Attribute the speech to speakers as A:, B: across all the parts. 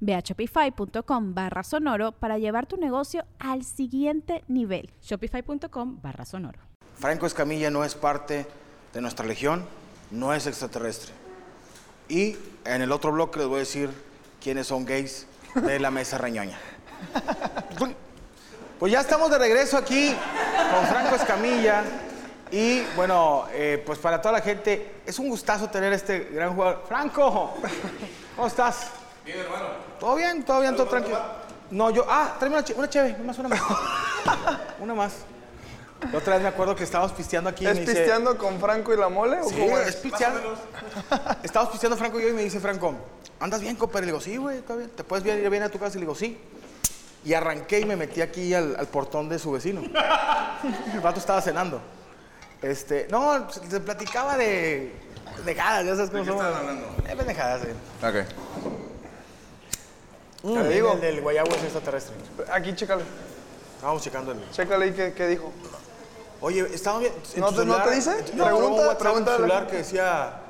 A: Ve a shopify.com barra sonoro para llevar tu negocio al siguiente nivel.
B: Shopify.com barra sonoro.
C: Franco Escamilla no es parte de nuestra legión, no es extraterrestre. Y en el otro bloque les voy a decir quiénes son gays de la mesa reñoña. Pues ya estamos de regreso aquí con Franco Escamilla. Y bueno, eh, pues para toda la gente, es un gustazo tener este gran jugador. Franco, ¿cómo estás?
D: Bien, hermano.
C: ¿Todo bien? ¿Todo bien? ¿Todo tranquilo? No, yo... Ah, tráeme una, chévere, una cheve, una más, una más. una más. La otra vez me acuerdo que estábamos pisteando aquí y
D: ¿Es
C: me dice...
D: pisteando con Franco y la mole o
C: Sí,
D: cómo
C: es pisteando. Estábamos pisteando Franco y yo y me dice Franco, ¿andas bien, compadre? Le digo, sí, güey, está bien. ¿Te puedes bien- ir bien a tu casa? Y le digo, sí. Y arranqué y me metí aquí al, al portón de su vecino. El vato estaba cenando. Este, no, se, se platicaba de pendejadas, ya sabes cómo
D: qué
C: somos.
D: estaban hablando?
C: De pendejadas, eh. sí.
D: Ok.
C: Te
D: Mm,
C: digo,
D: el
C: el del guayabo es extraterrestre.
D: Aquí, chécale.
C: Estábamos checando el...
D: Chécale ahí qué, qué dijo.
C: Oye, estaba bien.
D: ¿No te- no te dice? Pregunta-
C: pregunta,
D: pregunta a la
C: celular
D: gente.
C: que decía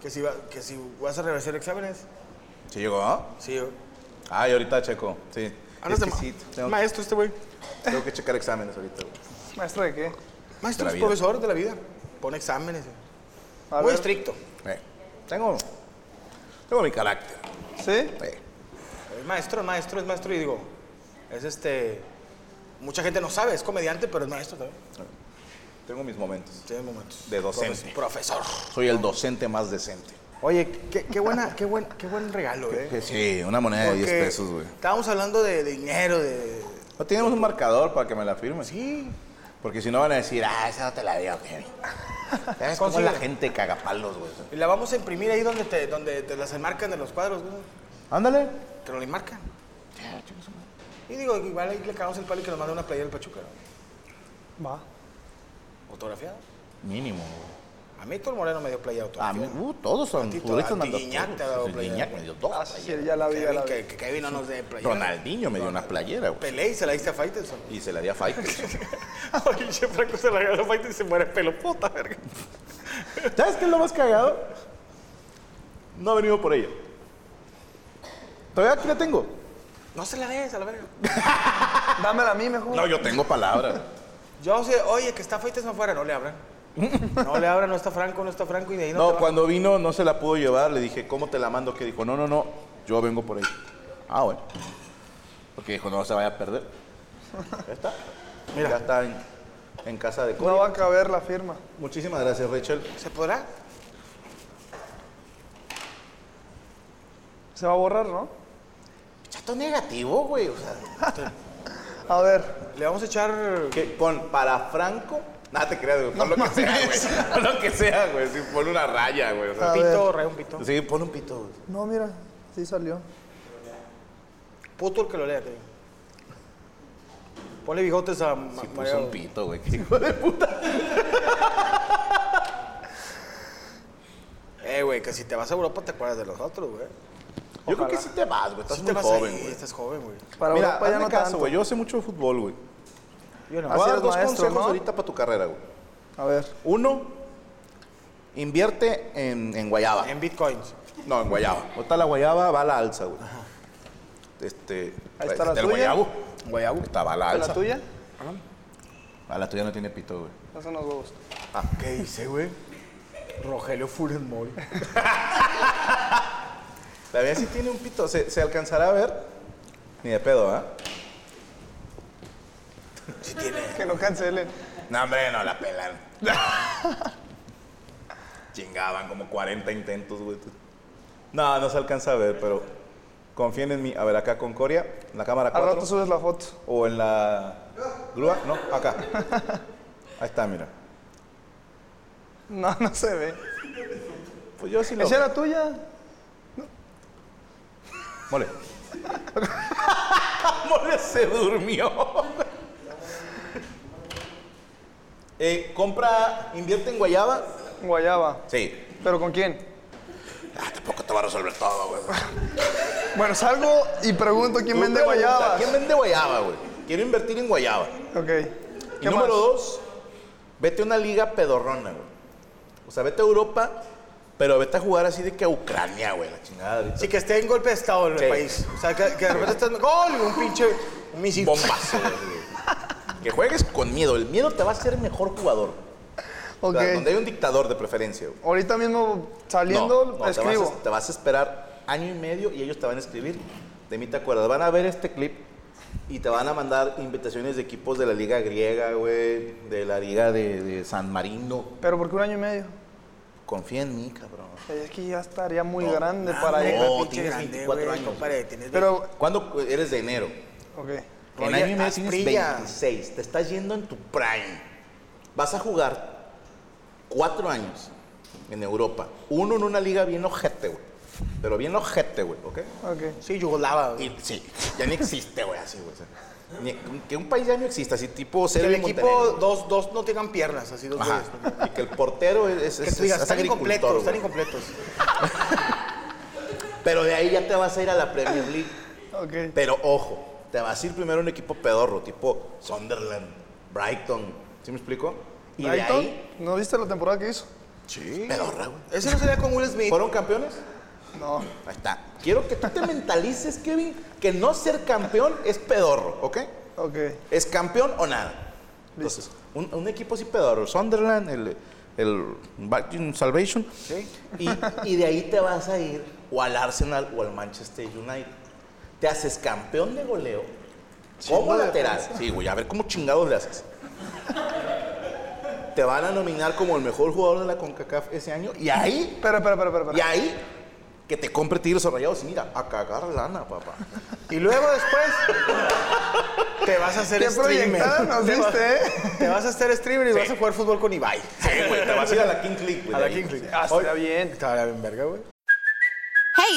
C: que si, va- que si vas a revisar exámenes.
E: ¿Sí llegó? ¿ah?
C: Sí.
E: Ay, ahorita checo. Sí.
C: Andas
E: Es
C: Ah, de
E: que
C: ma-
E: sí, tengo,
C: maestro este güey.
E: tengo que checar exámenes ahorita. güey.
D: ¿Maestro de qué?
C: Maestro
E: De la
C: es
E: vida.
C: profesor de la vida. Pone exámenes.
D: A
C: Muy
D: ver.
C: estricto.
E: Eh, tengo, tengo mi carácter.
D: ¿Sí?
E: eh.
C: Es maestro, es maestro, es maestro. Y digo, es este. Mucha gente no sabe, es comediante, pero es maestro también.
E: Tengo mis momentos.
C: Tiene momentos.
E: De docente.
C: Profe- Profesor.
E: Soy el docente más decente.
C: Oye, qué, qué buena, qué buen, qué buen regalo, eh.
E: Sí, una moneda de 10
C: Porque
E: pesos, güey.
C: Estábamos hablando de dinero, de.
E: No tenemos un marcador para que me la firme.
C: Sí.
E: Porque si no van a decir, ah, esa no te la dio, Kevin. Es como
C: Consigue.
E: la gente cagapalos, güey.
C: Y la vamos a imprimir ahí donde te, donde te las enmarcan de los cuadros, güey.
E: Ándale.
C: Te lo enmarcan. Y digo, igual ahí le cagamos el palo y que nos mande una playera del Pachuca. ¿no?
D: Va.
C: Autografiada.
E: Mínimo, güey.
C: A mí Héctor Moreno me dio playera
E: A
C: autografiada.
E: mí, uh, todos son.
C: A ti,
E: futbolistas
C: a ti
E: mandan todos.
C: Guiñac te ha dado
E: Sí,
C: playera.
E: Guiñac me dio dos
D: Ah,
E: playeras.
D: sí, ya la vi, ya la
C: Kevin,
D: vi.
C: que, que Kevin no nos dé playera.
E: Ronaldinho me dio una playera, güey.
C: Pelé y se la diste a Faitelson.
E: Y se la di a Fighters.
C: Ah, Oye, che, Franco se la regaló a Faitelson y se muere pelo. Puta verga.
E: ¿Sabes qué es lo más cagado? No ha venido por ella. Todavía aquí la tengo.
C: No se la des a la verga.
D: Dámela a mí mejor.
E: No, yo tengo palabras.
C: Yo sé, oye, que está Faitelson afuera. No le abran. No le abran, no está Franco, no está Franco. Y de ahí no, te
E: No,
C: va-
E: cuando vino no se la pudo llevar. Le dije, ¿cómo te la mando? Que dijo, no, no, no, yo vengo por ella. Ah, bueno. Porque dijo, no se vaya a perder. Ya está.
C: Mira.
E: Ya está en, en casa de
D: No
E: Cody.
D: va a caber la firma.
E: Muchísimas gracias, Rachel.
C: ¿Se podrá?
D: Se va a borrar, ¿no?
E: Chato negativo, güey. O sea,
D: A ver.
C: Le vamos a echar.
E: que con para Franco. Nada te creas, güey. Pon lo que sea, güey. Pon lo que sea, güey. Sí, pon una raya, güey. O sea,
D: A ver.
C: Pito, raya un pito.
E: sí, pon un pito, güey.
D: No, mira. Sí salió.
C: Puto el que lo lea, te digo. Ponle bigotes a Ma-
E: Sí, puso
C: Mario.
E: un pito, güey. Qué hijo de puta.
C: Eh, güey, que si te vas a Europa te acuerdas de los otros, güey.
E: Yo creo que sí te vas, güey. Estás
C: Si
E: muy
C: te vas
E: joven,
C: ahí,
E: güey.
C: estás joven, güey.
D: Para
E: Mira,
D: Europa pues ya
E: hazme
D: no
E: caso,
D: tanto.
E: güey. Yo sé mucho de fútbol, güey.
C: Yo no.
E: Te voy a
D: Así
E: dar
D: eres
E: dos
D: maestro,
E: consejos
D: ¿no?
E: ahorita para tu carrera, güey.
D: A ver.
E: Uno, invierte en, en guayaba.
C: En bitcoins.
E: No, en guayaba. Ahorita la guayaba va a la alza, güey. Este,
D: Ahí está la
E: el
D: tuya.
E: guayabo. Guayabo. Está va a la alza.
D: ¿La tuya?
E: A la tuya no tiene pito, güey.
D: Esos son los huevos.
C: ¿Qué hice, güey? Rogelio Furen Moll.
E: La verdad sí tiene un pito. ¿Se, se alcanzará a ver? Ni de pedo, ¿ah?
C: Sí tiene.
D: Que no cancelen.
E: No, hombre, no la pelan. Chingaban como 40 intentos, güey. No, no se alcanza a ver, pero confíen en mí. A ver, acá con Coria, en la cámara
D: Al rato
E: 4.
D: subes la foto.
E: O en la grúa, no, acá. Ahí está, mira.
D: No, no se ve.
E: Pues yo sí lo...
D: ¿Esa era tuya?
E: Mole. Mole se durmió. Eh, compra, invierte en guayaba.
D: Guayaba.
E: Sí.
D: ¿Pero con quién?
E: Ah, tampoco te va a resolver todo, güey.
D: Bueno, salgo y pregunto quién
E: Tú
D: vende
E: pregunta,
D: guayabas.
E: ¿Quién vende guayaba, güey? Quiero invertir en guayaba.
D: Ok.
E: Y
D: ¿Qué
E: número
D: más?
E: dos, vete a una liga pedorrona, güey. O sea, vete a Europa, pero vete a jugar así de que a Ucrania, güey, la chingada. ahorita.
C: Sí, que esté en golpe de estado en el
E: Sí.
C: país. O sea, que, que de repente estás. ¡Gol! Un pinche misil.
E: Bombazo, güey. Que juegues con miedo. El miedo te va a hacer mejor jugador. O
D: Ok.
E: sea, donde hay un dictador de preferencia, güey.
D: Ahorita mismo
E: No,
D: saliendo,
E: no, te vas a-
D: escribo.
E: Te vas, a esperar año y medio y ellos te van a escribir. De mí te acuerdas. Van a ver este clip y te van a mandar invitaciones de equipos de la Liga Griega, güey, de la Liga de, de San Marino.
D: Pero ¿por qué un año y medio?
E: Confía en mí, cabrón.
D: Es que ya estaría muy
E: No,
D: grande
E: no,
D: para ir.
E: no.
C: Oh, pinche
E: tienes
C: grande,
E: 24
C: güey,
E: años.
C: compadre, tienes
D: Pero,
E: ¿Cuándo eres de enero?
D: ok.
E: En
C: Oye,
E: año y medio tienes
C: Asprilla.
E: 26. Te estás yendo en tu prime. Vas a jugar cuatro años en Europa. Uno en una liga bien ojete, güey. Pero bien ojete, güey, ¿ok?
D: Ok.
C: Sí, Yugoslava. güey.
E: Y sí, ya ni existe, güey, así, güey. o sea, ni- que un país ya no exista, así tipo
C: Que el
E: Serbia y
C: equipo,
E: Montenegro.
C: dos, dos no tengan piernas, así dos
E: Ajá,
C: güeyes.
E: y que el portero es, es,
C: Que
E: es-
C: tú digas,
E: es
C: están
E: agricultor,
C: incompletos,
E: güey.
C: están incompletos.
E: Pero de ahí ya te vas a ir a la Premier League.
D: Ok.
E: Pero ojo, te vas a ir primero a un equipo pedorro, tipo Sunderland, Brighton. ¿Sí me explico? Y
D: Brighton,
E: de ahí,
D: ¿No viste la temporada que hizo?
C: Sí.
E: pedorra, güey.
C: Ese no sería con Will Smith.
E: ¿Fueron campeones?
D: No.
E: Ahí está. Quiero que tú te mentalices, Kevin, que no ser campeón es pedorro, ¿ok?
D: Ok.
E: ¿Es campeón o nada? Entonces, un, un equipo así pedorro, Sunderland, el, el Brighton Salvation, y, y de ahí te vas a ir o al Arsenal o al Manchester United. Te haces campeón de goleo como lateral. Sí, güey, a ver cómo chingados le haces. te van a nominar como el mejor jugador de la CONCACAF ese año y ahí
D: Espera, espera, espera, espera.
E: y ahí, que te compre tigres o rayados y mira, a cagar lana, papá.
C: Y luego después te vas a hacer
D: ¿Qué
C: streamer.
D: proyectada nos
C: Te va-
D: diste, eh?
C: Te vas a hacer streamer y
E: Sí.
C: vas a jugar fútbol con Ibai.
E: Sí, güey, te vas a ir a la King Click, güey.
C: A la
E: de ahí.
C: King League.
D: Ah, estaría bien.
C: Estaría bien verga, güey.
F: Hey,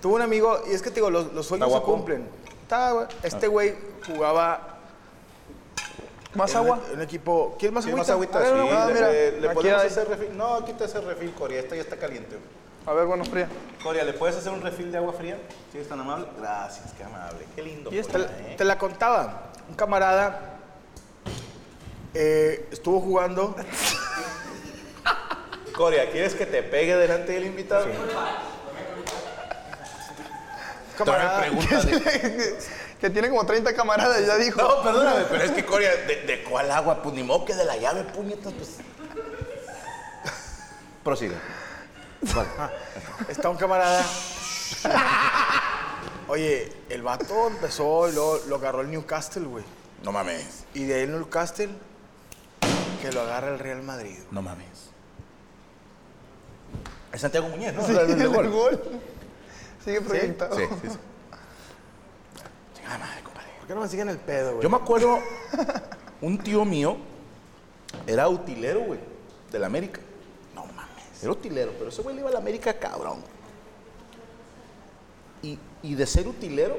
C: tuve un amigo, y es que te digo, los, los
E: Está
C: sueños se
E: guapo. Ah.
C: cumplen. Está, güey. Este güey jugaba
D: ¿Más
C: en
D: agua?
C: un- e-, en un equipo. ¿Quién más
E: Sí,
C: agüita?
E: más agüita,
C: A ver,
E: sí,
C: no,
E: le-
C: mira.
E: le, le
D: aquí
E: podemos
D: hay.
E: hacer refil. No, aquí te hace refil, Coria. Esta ya está caliente. güey.
D: A ver, bueno, fría.
E: Coria, ¿le puedes hacer un refil de agua fría? Sí, es tan amable. Gracias, qué amable. Qué lindo.
C: Y esta-
E: Coria,
C: te,
E: ¿eh?
C: la contaba. Un camarada eh, estuvo jugando.
E: Coria, ¿quieres que te pegue delante del invitado? Todavía
C: Camarada.
E: pregunta de-
D: que tiene como 30 camaradas, ya dijo.
E: No, perdóname, pero es que Coria, ¿de, de cuál agua? Pues ni modo que de la llave, puñetas, pues. Prosigue. Ah,
C: Está un camarada. Oye, el vato empezó, y luego lo agarró el Newcastle, güey.
E: No mames.
C: Y de ahí el Newcastle, que lo agarra el Real Madrid.
E: No mames. Es Santiago Muñez, ¿no?
D: Sí,
E: El del
D: el
E: gol.
D: gol. Sigue proyectado.
E: Sí, sí, sí. Chingada madre, compadre.
C: ¿Por qué no me siguen el pedo, güey?
E: Yo me acuerdo, un tío mío era utilero, güey, de la América. No mames. Era utilero, pero ese güey le iba a la América cabrón. Y, y de ser utilero,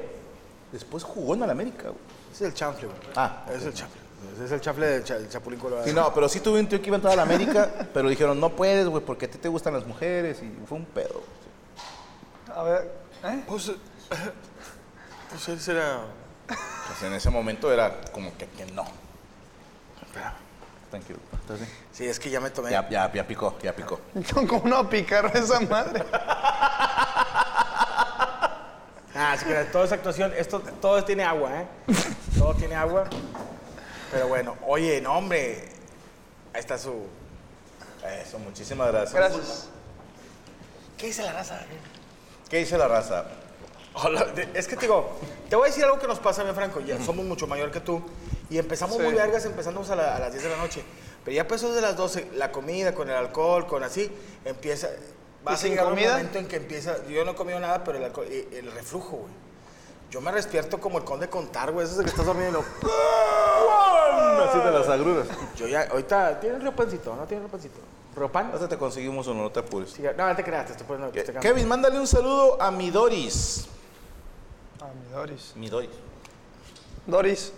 E: después jugó en la América, güey.
C: Ese es el chanfle, güey.
E: Ah,
C: Ese es el chanfle. Ese es el chanfle del cha- el Chapulín Colorado.
E: Sí, no, pero sí tuve un tío que iba a entrar a la América, pero dijeron, no puedes, güey, porque a ti te gustan las mujeres, y fue un pedo.
D: A ver, ¿eh?
C: Pues, eh, pues él será...
E: Pues en ese momento era como que, que no. Tranquilo. ¿Estás bien?
C: Sí, es que ya me tomé.
E: Ya, ya, ya picó, ya picó.
D: ¿Cómo no va a picar esa madre?
C: Ah, sí, que toda esa actuación, esto, todo tiene agua, ¿eh? Todo tiene agua. Pero bueno, oye, no, hombre. Ahí está su.
E: Eso, muchísimas gracias.
D: Gracias.
C: ¿Qué dice la raza?
E: ¿Qué dice la raza?
C: Hola, de- es que te digo, te voy a decir algo que nos pasa, bien Franco. Ya somos mucho mayor que tú y empezamos
D: Sí.
C: muy vergas, empezamos a, la- a las 10 de la noche. Pero ya empezó desde las 12, la comida, con el alcohol, con así, empieza. Va a
D: sin
C: llegar un
D: comida?
C: momento en que empieza. Yo no he comido nada, pero el alcohol, y- el reflujo, güey. Yo me despierto como el conde contar, güey. Eso es de que estás dormido y lo.
E: Así de las agruras.
C: Yo ya, ahorita, ¿tienes ropancito? ¿No tienes ropancito? ¿Ropan?
E: Ahorita te conseguimos uno, no te apures.
C: Sí, ya- no, te creas, te estoy poniendo. te
E: Ke-
C: estoy cagando.
E: Kevin, mándale un saludo a mi Doris.
D: Ah, mi Doris.
E: Mi Doris.
D: Doris,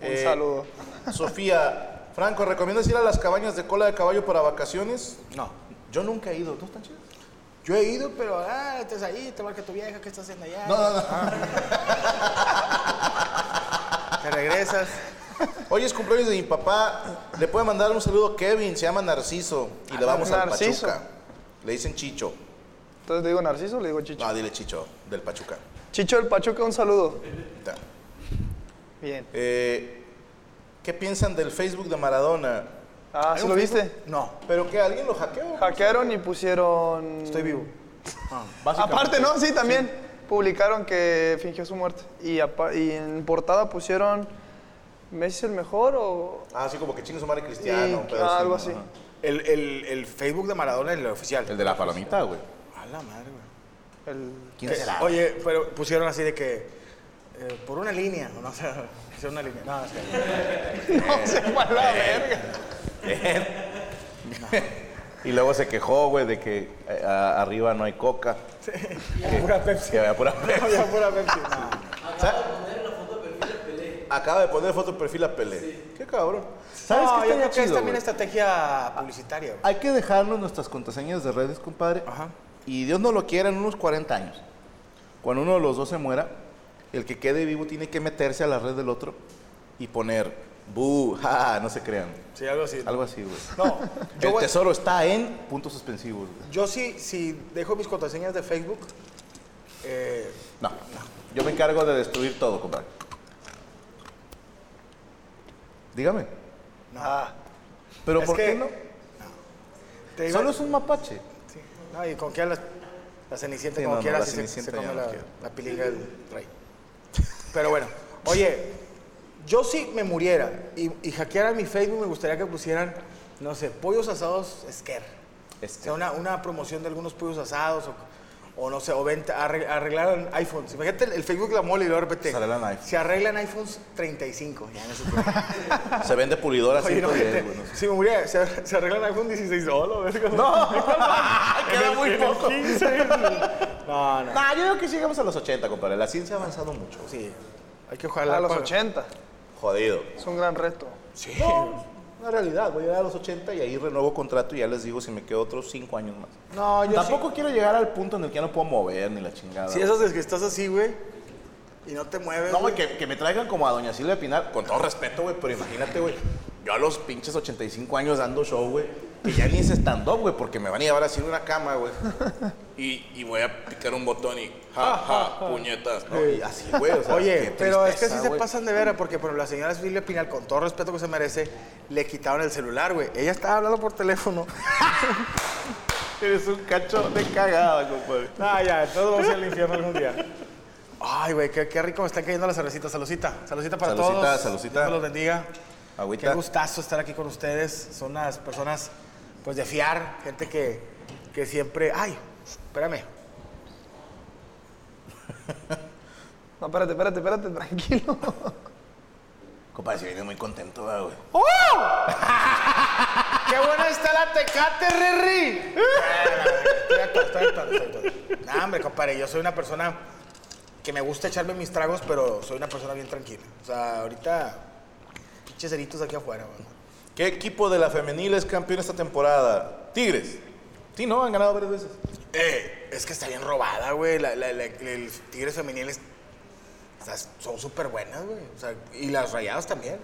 D: un
E: Eh,
D: saludo.
E: Sofía, Franco, ¿recomiendas ir a las cabañas de cola de caballo para vacaciones?
C: No.
E: Yo nunca he ido. ¿Tú estás chido?
C: Yo he ido, pero ah, estás ahí, te marca tu vieja, ¿qué estás haciendo allá?
E: No, no, no.
C: Te regresas.
E: Hoy es cumpleaños de mi papá. Le puede mandar un saludo a Kevin, se llama Narciso. Y le
D: Ah,
E: vamos al
D: Narciso.
E: Pachuca. Le dicen Chicho.
D: Entonces, ¿le digo Narciso o le digo Chicho?
E: No, dile Chicho, del Pachuca.
D: Chicho del Pachuca, un saludo.
E: Ta.
D: Bien.
E: Eh, ¿Qué piensan del Facebook de Maradona?
D: Ah,
E: ¿Hay
D: ¿sí
E: un
D: lo
E: Facebook?
D: viste?
C: No.
E: ¿Pero que alguien lo hackeó?
D: Hackearon y pusieron...
C: Estoy vivo. Ah,
E: Básicamente.
D: Aparte, ¿no? Sí, también. Publicaron que fingió su muerte. Y, apa- y en portada pusieron... ¿Messi es el mejor o...?
E: Ah, sí, como que chingue su madre cristiano.
D: Sí,
E: pero
D: algo así.
E: ajá.
C: El, el, el Facebook de Maradona, el oficial.
E: El de la palomita, güey.
C: A la madre, güey.
D: El...
E: ¿Quién será?
C: Oye, pero pusieron así de que. eh, por una línea, ¿no? O sea, pusieron una línea. No, es que- Eh.
D: No sé cuál la verga.
E: Y luego se quejó, güey, de que eh, a- arriba no hay coca.
C: Pura Pepsi.
E: Que había pura
C: No,
E: Pepsi.
C: ya pura Pepsi. No.
E: Acaba de poner foto de perfil a Pelé. Qué cabrón. ¿Sabes
C: No,
E: qué
C: yo
E: estaría
C: creo que es
E: chido,
C: también
E: güey?
C: estrategia publicitaria, güey.
E: Hay que dejarnos nuestras contraseñas de redes, compadre.
C: Ajá.
E: Y Dios no lo quiera, en unos 40 años. Cuando uno de los dos se muera, el que quede vivo tiene que meterse a la red del otro y poner, bu, ja, no se crean.
C: Sí, algo así.
E: Algo así, güey.
C: No, yo
E: el
C: voy-
E: tesoro está en puntos suspensivos, güey.
C: Yo sí, si dejo mis contraseñas de Facebook, eh,
E: No, Yo me encargo de destruir todo, compadre. Dígame.
C: Ah,
E: ¿Pero
C: Es
E: por
C: que-
E: qué no?
C: te digo,
E: Solo es un mapache.
C: sí. No, y con que la, la cenicienta
E: Sí,
C: como
E: no, no,
C: quiera,
E: la
C: sí se-
E: Cenicienta
C: se,
E: ya
C: come
E: no
C: la,
E: quiero.
C: la piliga del rey. Pero bueno, oye, yo si me muriera y, y hackeara mi Facebook, me gustaría que pusieran, no sé, pollos asados Esquer. O sea,
E: Esquer.
C: una, una promoción de algunos pollos asados o, o no sé, o venta, arreg- arreglaran iPhones. Imagínate el, el Facebook la mole y lo repete.
E: Se arreglan iPhones.
C: Se arreglan iPhones 35. Ya no se puede.
E: Se vende pulidor así. pues,
C: Oye, no, gente, si me muriera, se, se arreglan algún 16 dólares. No,
E: Queda muy poco.
C: No, no.
E: Nah, yo digo que llegamos a los 80, compadre. La ciencia ha avanzado mucho.
C: Sí, hay que ojalá.
D: A los
C: para-
D: 80.
E: Jodido.
D: Es un gran reto.
C: Sí.
E: No, una realidad. Voy a llegar a los 80 y ahí renuevo contrato y ya les digo si me quedo otros 5 años más.
C: No, yo
E: Tampoco quiero llegar al punto en el que ya no puedo mover ni la chingada.
C: sí. Si esas de que estás así, güey, y no te mueves.
E: No,
C: güey.
E: güey, que, que me traigan como a Doña Silvia Pinar, con todo respeto, güey, pero imagínate, güey, yo a los pinches 85 años dando show, güey, que ya ni es stand-up, güey, porque me van a llevar así en una cama, güey, y, y voy a picar un botón y, ja, ja, puñetas, ¿no? Y así, güey, o sea,
C: Eh, Oye,
E: qué
C: pero es que
E: tristeza,
C: sí se
E: güey.
C: pasan de vera, porque por ejemplo, la señora Silvia Pinal, con todo respeto que se merece, le quitaron el celular, güey. Ella estaba hablando por teléfono.
E: Eres un cacho de cagada, compadre.
C: Ah, ya, todos vamos a ir al infierno algún día. Ay, güey, qué, qué rico me están cayendo las cervecitas. Salucita, salucita para
E: Salucita,
C: todos.
E: salucita.
C: Dios me los bendiga.
E: Agüita.
C: Qué gustazo estar aquí con ustedes. Son unas personas, pues, de fiar. Gente que, que siempre... Ay, espérame.
D: No, espérate, espérate, espérate, tranquilo.
E: Compadre, si viene muy contento, güey.
C: ¡Oh! ¡Qué buena está la Tecate, Riri! Estoy actuando, estoy actuando, estoy actuando. Nah, hombre, compadre, yo soy una persona que me gusta echarme mis tragos, pero soy una persona bien tranquila. O sea, ahorita, pinches ceritos aquí afuera, güey.
E: ¿Qué equipo de la femenil es campeón esta temporada? Tigres. Sí, ¿no? Han ganado varias veces.
C: Eh, es que está bien robada, güey. La, la- la- el Tigres femeniles son súper buenas, güey. O sea, y las rayadas también.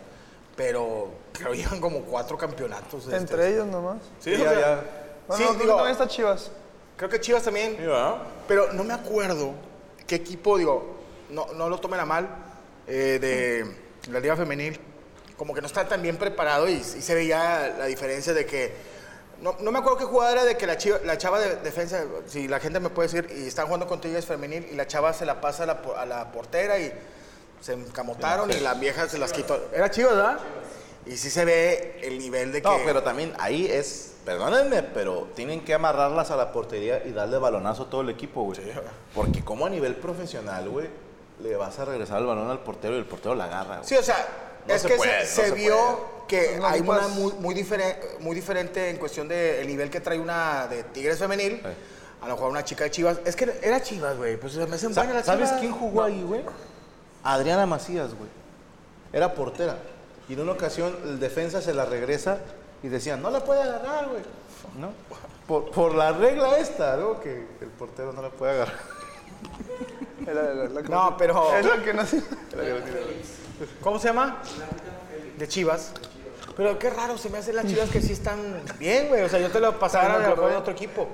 C: pero creo que llevan como cuatro campeonatos. este,
D: Entre ellos nomás.
C: Sí,
E: Ya,
C: o sea,
E: ya.
D: Bueno,
C: sí,
D: creo que
C: digo,
D: también está Chivas.
C: creo que Chivas también. Pero no me acuerdo qué equipo, digo, no, no lo tomen a mal, eh, de la Liga Femenil. Como que no está tan bien preparado y, y se veía la diferencia de que. No, no me acuerdo qué jugada era de que la, chiva- la chava de defensa, si la gente me puede decir, y están jugando con Tigres Femenil y la chava se la pasa a la, por- a la portera y se encamotaron y las viejas se las quitó. Era Chivas, ¿verdad? Y sí se ve el nivel de que.
E: No, pero también ahí es, perdónenme, pero tienen que amarrarlas a la portería y darle balonazo a todo el equipo, güey. Porque como a nivel profesional, güey, le vas a regresar el balón al portero y el portero la agarra, güey.
C: Sí, o sea,
E: No
C: es
E: se
C: que se-
E: puede, no
C: se,
E: se
C: vio que
D: No, no
C: hay
D: ocupas-
C: una muy, muy, difere- muy diferente en cuestión del nivel que trae una de Tigres femenil.
E: Eh.
C: A lo mejor una chica de Chivas. Es que era Chivas, güey. Pues se me hacen
E: Sa-
C: buenas las
E: ¿Sabes
C: Chivas.
E: quién jugó ahí, güey? Adriana Macías, güey. Era portera. Y en una ocasión el defensa se la regresa y decían, no la puede agarrar, güey. ¿No? Por, por la regla esta, ¿no? Que el portero no la puede agarrar.
D: Es la- la- la que
C: No,
D: se-
C: pero-
D: Es la que no se-
C: ¿Cómo se llama? De Chivas. Pero qué raro, se me hacen las Chivas que sí están bien, güey. O sea, yo te lo pasara a
D: No me
C: lo mejor de
D: acordé.
C: otro equipo.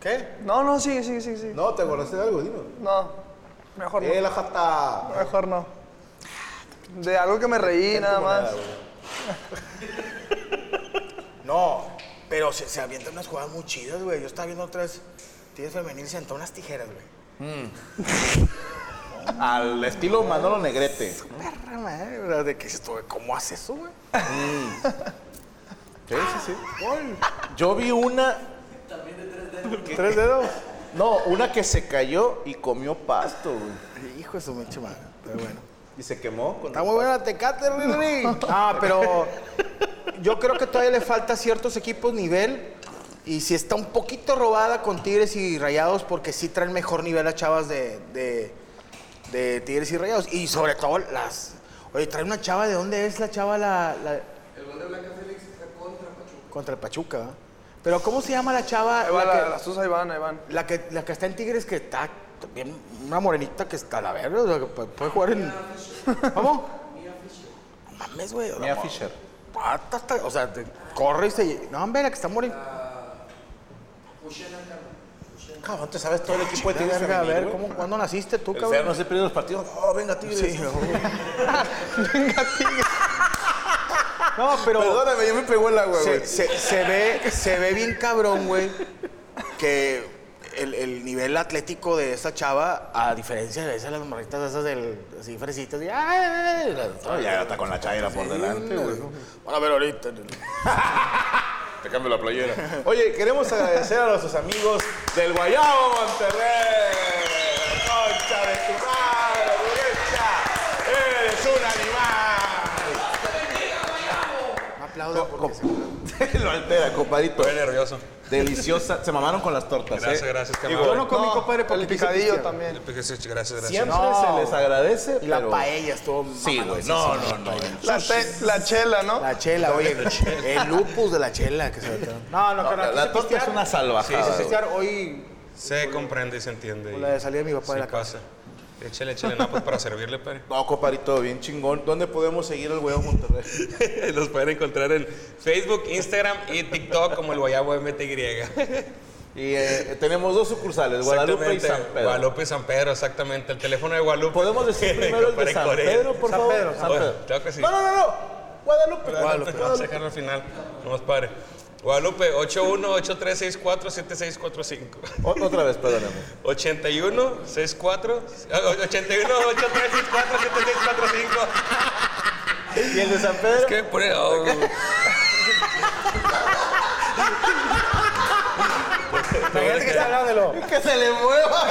C: ¿Qué?
D: No, no, sigue, sigue, sigue, sigue.
E: No, ¿te acordaste de algo? Dilo.
D: No, mejor no.
E: ¡Eh, la jata!
D: Mejor no. De algo que me reí, nada más.
C: No, pero se, se avientan unas jugadas muy chidas, güey. Yo estaba viendo otras Tigres femenil y se aventó unas tijeras, güey.
E: Al estilo Manolo Negrete.
C: Perra madre, ¿verdad? De que esto, güey, ¿cómo haces eso, güey?
E: Sí, sí, sí. Yo vi una.
D: ¿Tres dedos?
E: No, una que se cayó y comió pasto, güey.
C: Hijo de su pinche madre. Pero bueno.
E: Y se quemó. Con
C: Está muy buena la Tecate, Riri. Ah, pero yo creo que todavía le falta a ciertos equipos nivel. Y si está un poquito robada con Tigres y Rayados, porque sí traen mejor nivel a chavas de, de, de Tigres y Rayados. Y sobre todo las. Oye, trae una chava, ¿de dónde es la chava la. El gol de Blanca Félix contra el Pachuca. Contra el Pachuca. ¿eh? Pero ¿cómo se llama la chava?
D: Ahí va,
C: la que-
D: la, la Susa, ahí van, ahí van.
C: La que, la que está en Tigres que está también una morenita que está a la verga, o sea, que pu- puede jugar en. ¿Cómo? No mames, güey.
E: Mia
C: no,
E: Fisher.
C: pata hasta- ah, o sea, te- corre y se. No, hombre, la que está morenita.
E: Cabrón, te sabes todo el equipo de Tigres
C: Verga, Ah, a
E: femenil,
C: ver,
E: güey.
C: ¿cómo, ¿cuándo naciste tú,
E: El Fer no
C: cabrón?
E: se pierde los partidos. Oh, venga, Tigres.
C: Sí, no. No, pero.
E: Perdóname, yo me pegó el agua,
C: se, se- se ve, se ve bien cabrón, güey, que el, el nivel atlético de esa chava, a diferencia de esas las morritas esas del, así fresitas, y, ¡ay!
E: No, ya está con la chaira por delante, güey.
C: Van a ver ahorita.
E: Te cambio la playera. Oye, queremos agradecer a nuestros amigos del Guayabo Monterrey. Concha de tu madre, derecha. Eres un animal.
C: Aplauda porque se-
E: Lo altera, compadrito.
G: Estoy nervioso.
E: Deliciosa. Se mamaron con las tortas,
G: Gracias,
E: ¿eh?
G: gracias,
E: Digo,
G: camarada.
E: Yo
C: no
E: no
C: comí, compadre, porque
D: El
C: quise
D: picadillo
C: pistear.
D: también.
G: Gracias, gracias.
E: Siempre
C: No.
E: se les agradece,
C: Y la
E: pero-
C: paella estuvo
E: Sí, güey.
C: mamalosísima.
E: No, no, no.
D: La, te- la chela, ¿no?
C: La chela, oye, el lupus de la chela que se aventaron. No, no,
E: No,
C: carnal,
E: la,
C: quise
E: la torta es
C: pistear.
E: una salvajada.
C: Quise
E: güey.
C: pistear hoy
G: Se comprende y se entiende.
C: con la de salida de mi papá de la casa.
G: pasa. Échale, échale, no, pues para servirle, padre.
E: No, compadrito, bien chingón. ¿Dónde podemos seguir el Guayabo Monterrey?
G: Los pueden encontrar en Facebook, Instagram y TikTok como el Guayabo MTY.
E: Y eh, tenemos dos sucursales, Guadalupe y San
G: Exactamente,
E: Pedro.
G: Guadalupe y San Pedro, exactamente. El teléfono de Guadalupe.
E: Podemos decir primero el de
G: Para
E: San
G: Corea.
E: Pedro, por
C: San
E: favor.
C: Pedro,
E: San
C: San
E: Pedro.
G: Bueno, claro que sí.
E: No, no, no, no. Guadalupe.
G: Guadalupe, vamos a
E: Guadalupe.
G: dejarlo al final. Vamos, padre. Guadalupe, 81-8364-7645.
E: O- otra vez, perdóname.
G: 81 64 81 83 64 7645
E: Y el de San Pedro.
G: Es que me pone. oh.
C: Imagínate que está hablándolo.
E: Que se le mueva.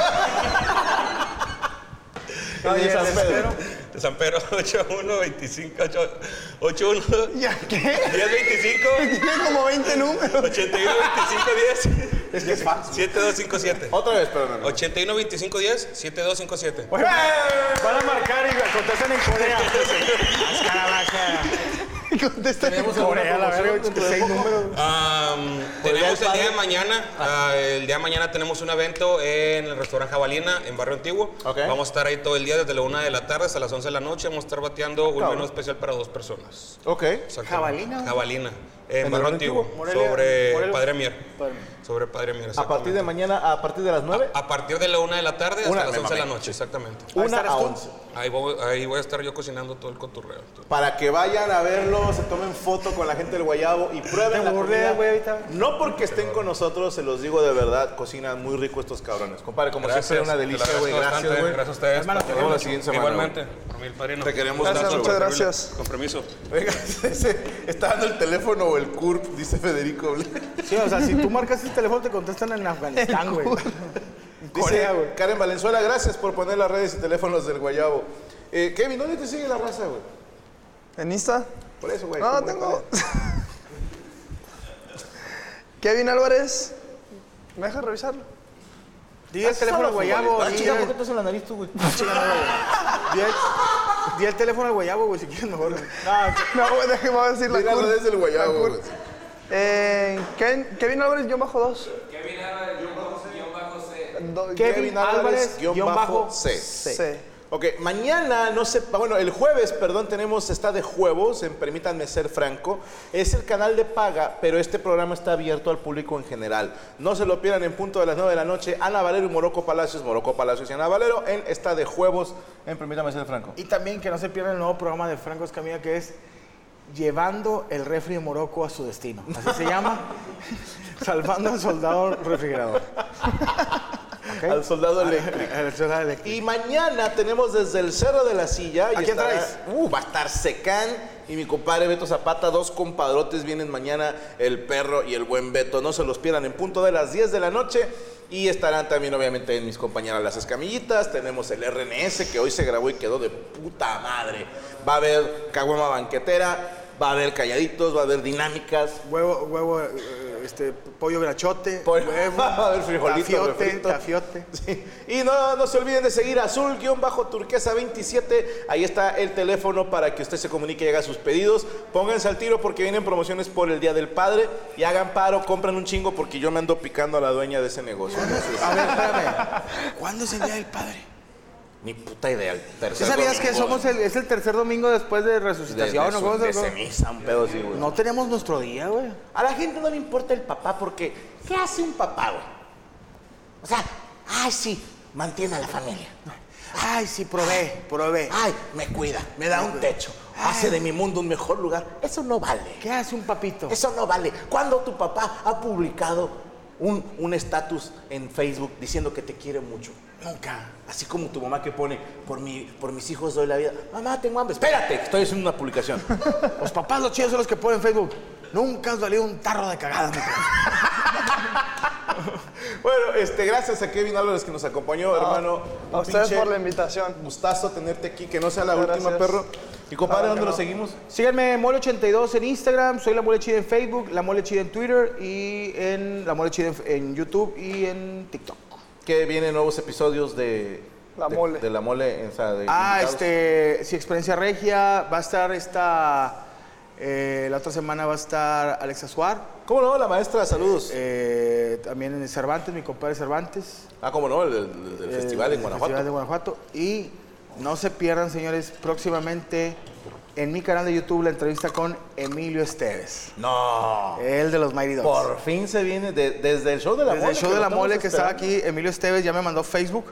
E: el de San Pedro.
G: De San Pedro 81 25 8, 81
D: ¿Ya qué?
G: 10 25
D: Tiene como 20 números.
G: 81 25 10
E: Es que es fácil.
G: 7257
E: Otra vez, perdóname.
G: 81 25 10 7257
C: Bueno, van a marcar y contestan en Corea. Escarabaja.
D: Contesta.
E: Tenemos alguna
C: Corea, la
E: promoción
C: verga,
E: dentro de
C: 86
E: poco.
C: números.
G: Am,
E: Podríamos
G: tenemos el
E: padre.
G: día de mañana, ah, el día de mañana tenemos un evento en el restaurante Jabalina, en Barrio Antiguo.
E: Ok.
G: Vamos a estar ahí todo el día, desde la 1 de la tarde hasta las 11 de la noche. Vamos a estar bateando un menú especial para dos personas.
E: Ok.
G: Exactamente.
C: ¿Jabalina?
G: Jabalina, en,
E: el
G: Barrio
E: Barrio
G: Antiguo,
E: Antiguo?
C: Morelia-
G: sobre
C: Morelos.
G: Padre Mier.
C: Padre Mier.
G: Sobre Padre Mier,
E: A partir
G: exactamente.
E: de mañana, a partir de las 9,
G: A partir de la 1 de la tarde hasta
E: Una, Uh.
G: las
E: me
G: 11 de la
E: mamé.
G: noche, exactamente.
E: una
C: estarás
E: a
C: tú.
E: 11.
G: Ahí voy, ahí voy a estar yo cocinando todo el cotorreo. entonces.
E: Para que vayan a verlo, se tomen foto con la gente del Guayabo y prueben
D: Te
E: la
D: burlé,
E: comida.
D: güey, ahorita.
E: No porque estén con nosotros, se los digo de verdad, cocinan muy rico estos cabrones. Compadre, como siempre, una
G: te lo
E: delicia, güey.
G: agradezco
E: Gracias,
G: bastante,
E: güey.
G: Gracias a ustedes.
E: Hermano, te vemos la siguiente semana.
G: Igualmente, por mil padrino.
E: Te queremos
D: Gracias,
E: mucho,
D: muchas
E: güey.
D: gracias.
G: Compromiso.
E: güey. Oiga, ese- está dando el teléfono o el CURP, dice Federico.
C: Sí, o sea, si tú marcas el teléfono te contestan en Afganistán, güey.
E: Dice
D: ah,
E: Karen Valenzuela, gracias por poner las redes y teléfonos del Guayabo. Eh, Kevin, ¿dónde te sigue la raza, güey?
D: ¿En Insta?
E: Por eso, güey.
D: No,
E: ¿cómo,
D: tengo.
E: güey?
D: Kevin Álvarez. ¿Me dejas revisarlo?
C: Di el teléfono al guayabo.
E: Ah,
C: di
E: chica,
C: el-
E: ¿por qué te haces la nariz tú, güey?
C: Di el, di el teléfono al guayabo, güey, si quieres mejor. güey.
D: No, güey, déjame decir la
E: Di las
D: cur-
E: redes del Guayabo,
D: la cur-
E: güey.
D: Eh, Kevin, Kevin Álvarez, guión bajo 2. Kevin Álvarez, guión bajo
E: Kevin Álvarez, guión bajo C.
D: C.
E: Ok, mañana, no sé, bueno, el jueves, perdón, tenemos, está de juegos, en permítanme ser franco, es el canal de paga, pero este programa está abierto al público en general. No se lo pierdan en punto de las 9 de la noche, Ana Valero y Moroco Palacios, Moroco Palacios y Ana Valero, en está de juegos, en permítanme ser franco.
C: Y también que no se pierda el nuevo programa de Franco Escamilla que es Llevando el refri de Morocco a su destino. Así se llama. Salvando al soldado refrigerador. ¿Ok?
E: Al soldado eléctrico.
C: Al soldado eléctrico.
E: Y mañana tenemos desde el Cerro de la Silla.
C: ¿A
E: y
C: quién
E: estará-
C: traes?
E: Uh, va a estar Secán y mi compadre Beto Zapata. Dos compadrotes vienen mañana, el perro y el buen Beto. No se los pierdan en punto de las 10 de la noche. Y estarán también, obviamente, mis compañeras las escamillitas. Tenemos el RNS que hoy se grabó y quedó de puta madre. Va a haber Caguama Banquetera, va a haber Calladitos, va a haber Dinámicas.
C: Huevo, huevo, eh, este, pollo grachote,
E: Pollo-
C: huevo,
E: a ver, frijolito,
C: tafiote,
E: refrito.
C: tafiote.
E: Sí. Y no, no se olviden de seguir azul-turquesa27. Ahí está el teléfono para que usted se comunique y haga sus pedidos. Pónganse al tiro porque vienen promociones por el Día del Padre. Y hagan paro, compran un chingo porque yo me ando picando a la dueña de ese negocio. Entonces,
C: A ver, espérame. ¿Cuándo es el Día del Padre?
E: ni puta idea. el
C: ¿Sí
E: tercer
C: sabías que
E: domingo
C: somos el, es el tercer domingo después de
E: de, de,
C: resucitación o cómo
E: de- de
C: se-
E: ceniza, un pedo así, güey.
C: No tenemos nuestro día, güey.
E: A la gente no le importa el papá porque, ¿qué hace un papá, güey? O sea, ay, sí, mantiene a la familia.
C: Ay, sí, probé, probé.
E: Ay, me cuida, me da un techo, hace de mi mundo un mejor lugar. Eso no vale.
C: ¿Qué hace un papito?
E: Eso no vale. Cuando tu papá ha publicado un un estatus en Facebook diciendo que te quiere mucho.
C: Nunca.
E: Así como tu mamá que pone, por, mi, por mis hijos doy la vida. Mamá, tengo hambre. Espérate, que estoy haciendo una publicación.
C: Los papás, los chidos son los que ponen Facebook. Nunca has valido un tarro de cagadas, mi perro.
E: bueno, este, gracias a Kevin Álvarez que nos acompañó, hermano.
D: A
E: Un
D: ustedes
E: pinche
D: por la invitación.
E: Gustazo tenerte aquí, que no sea la
D: Muchas
E: última,
D: gracias.
E: perro. Y compadre,
D: Claro que
E: ¿dónde lo
D: no.
E: seguimos?
C: Síganme Mole82 en Instagram, soy La Mole Chida en Facebook, La Mole Chida en Twitter y en La Mole Chida en, en YouTube y en TikTok.
E: Que vienen nuevos episodios de...
D: La
E: de-
D: mole.
E: De, la mole, o sea, de
C: Ah,
E: invitados.
C: este, si Experiencia Regia, va a estar esta, eh, la otra semana va a estar Alexa Suar,
E: ¿Cómo no? La maestra, saludos.
C: eh, también en Cervantes, mi compadre Cervantes.
E: ah, ¿cómo no? El, el- el
C: eh,
E: festival en Guanajuato.
C: Festival de Guanajuato. Y no se pierdan, señores, próximamente en mi canal de YouTube la entrevista con Emilio Esteves,
E: No.
C: el de los Mighty Dogs.
E: Por fin se viene de- desde el show de
C: Eh,
E: la
C: Desde
E: mole.
C: el show
E: que
C: de
E: lo
C: la
E: estamos
C: mole que estaba
E: esperando.
C: aquí, Emilio Esteves ya me mandó Facebook.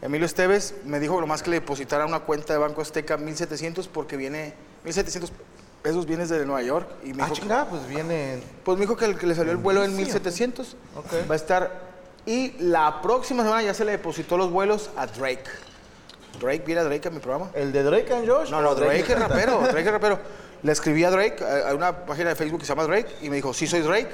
C: Emilio Esteves me dijo nomás que le depositara a una cuenta de Banco Azteca 1700 porque viene 1700 pesos vienes desde Nueva York y me
E: Ah,
C: dijo que-
E: chingada, pues viene.
C: pues me dijo que, el- que le salió el vuelo en 1700. Va a estar y la próxima semana ya se le depositó los vuelos a Drake. Drake viene a Drake a mi programa.
E: ¿El de Eh, Drake and Josh?
C: No, no, Drake es rapero, Drake es rapero. Le escribí a Drake, a a una página de Facebook que se llama Drake, y me dijo, sí soy Drake.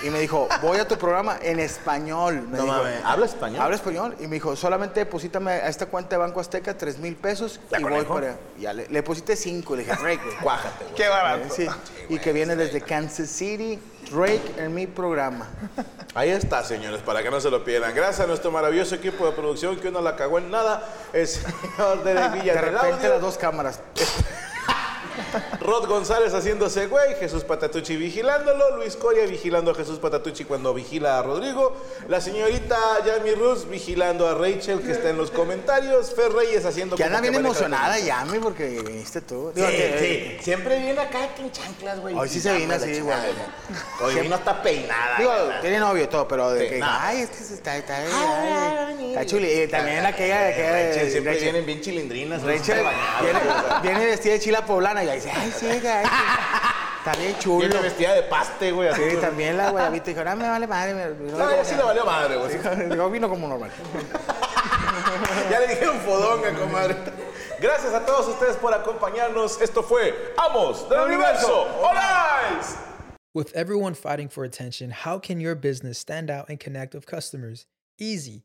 C: Y me dijo, voy a tu programa en español. Me
E: No
C: dijo,
E: mames, ¿habla español?
C: Habla español. Y me dijo, solamente deposítame a esta cuenta de Banco Azteca 3 mil pesos
E: ¿Ya
C: y
E: con
C: voy
E: eso?
C: para allá. Ya le, le deposité 5. Le dije, Drake, güey.
E: Cuájate, güey.
D: Qué barato.
C: Sí, Y que viene desde Kansas City, Drake en mi programa.
E: Ahí está, señores, para que no se lo pierdan. Gracias a nuestro maravilloso equipo de producción que hoy no la cagó en nada. El señor Derek
C: De
E: Villa en el
C: repente
E: audio.
C: las dos cámaras.
E: Rod González haciéndose güey, Jesús Patatucci vigilándolo, Luis Coria vigilando a Jesús Patatucci cuando vigila a Rodrigo, la señorita Yami Ruz vigilando a Rachel que está en los comentarios, Fer Reyes haciendo
C: Que
E: como
C: anda bien
E: maneja
C: emocionada, Yami, porque viniste tú.
E: Sí,
C: Digo, que-
E: sí. Siempre viene acá que en chanclas, güey.
C: Hoy sí se vino
E: Chanclas,
C: así,
E: la
C: güey.
E: chingada, güey. Hoy vino hasta peinada.
C: Digo,
E: ¿verdad?
C: tiene novio y todo, pero de
E: Sí,
C: que,
E: no.
C: ay, es que se está, está, ay, está chuli. Y también aquella de que
E: Rachel, siempre
C: Rachel-
E: vienen bien chilindrinas. no se
C: Rachel
E: bañaron,
C: viene,
E: o sea,
C: viene vestida de chila poblana y ahí dice, ay, sí, ay, sí. está bien chulo.
E: Viene vestida de paste, güey. así,
C: Sí,
E: güey.
C: también la güeyabita dijo, no, me vale madre. Me, me-
E: No, ya sí le valió madre, güey.
C: Digo, vino como normal.
E: Ya le dijeron fodonga, comadre. Gracias a todos ustedes por acompañarnos. Esto fue Amos del Universo. ¡Hola!
H: With everyone fighting for attention, how can your business stand out and connect with customers? Easy.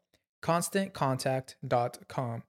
H: ConstantContact.com.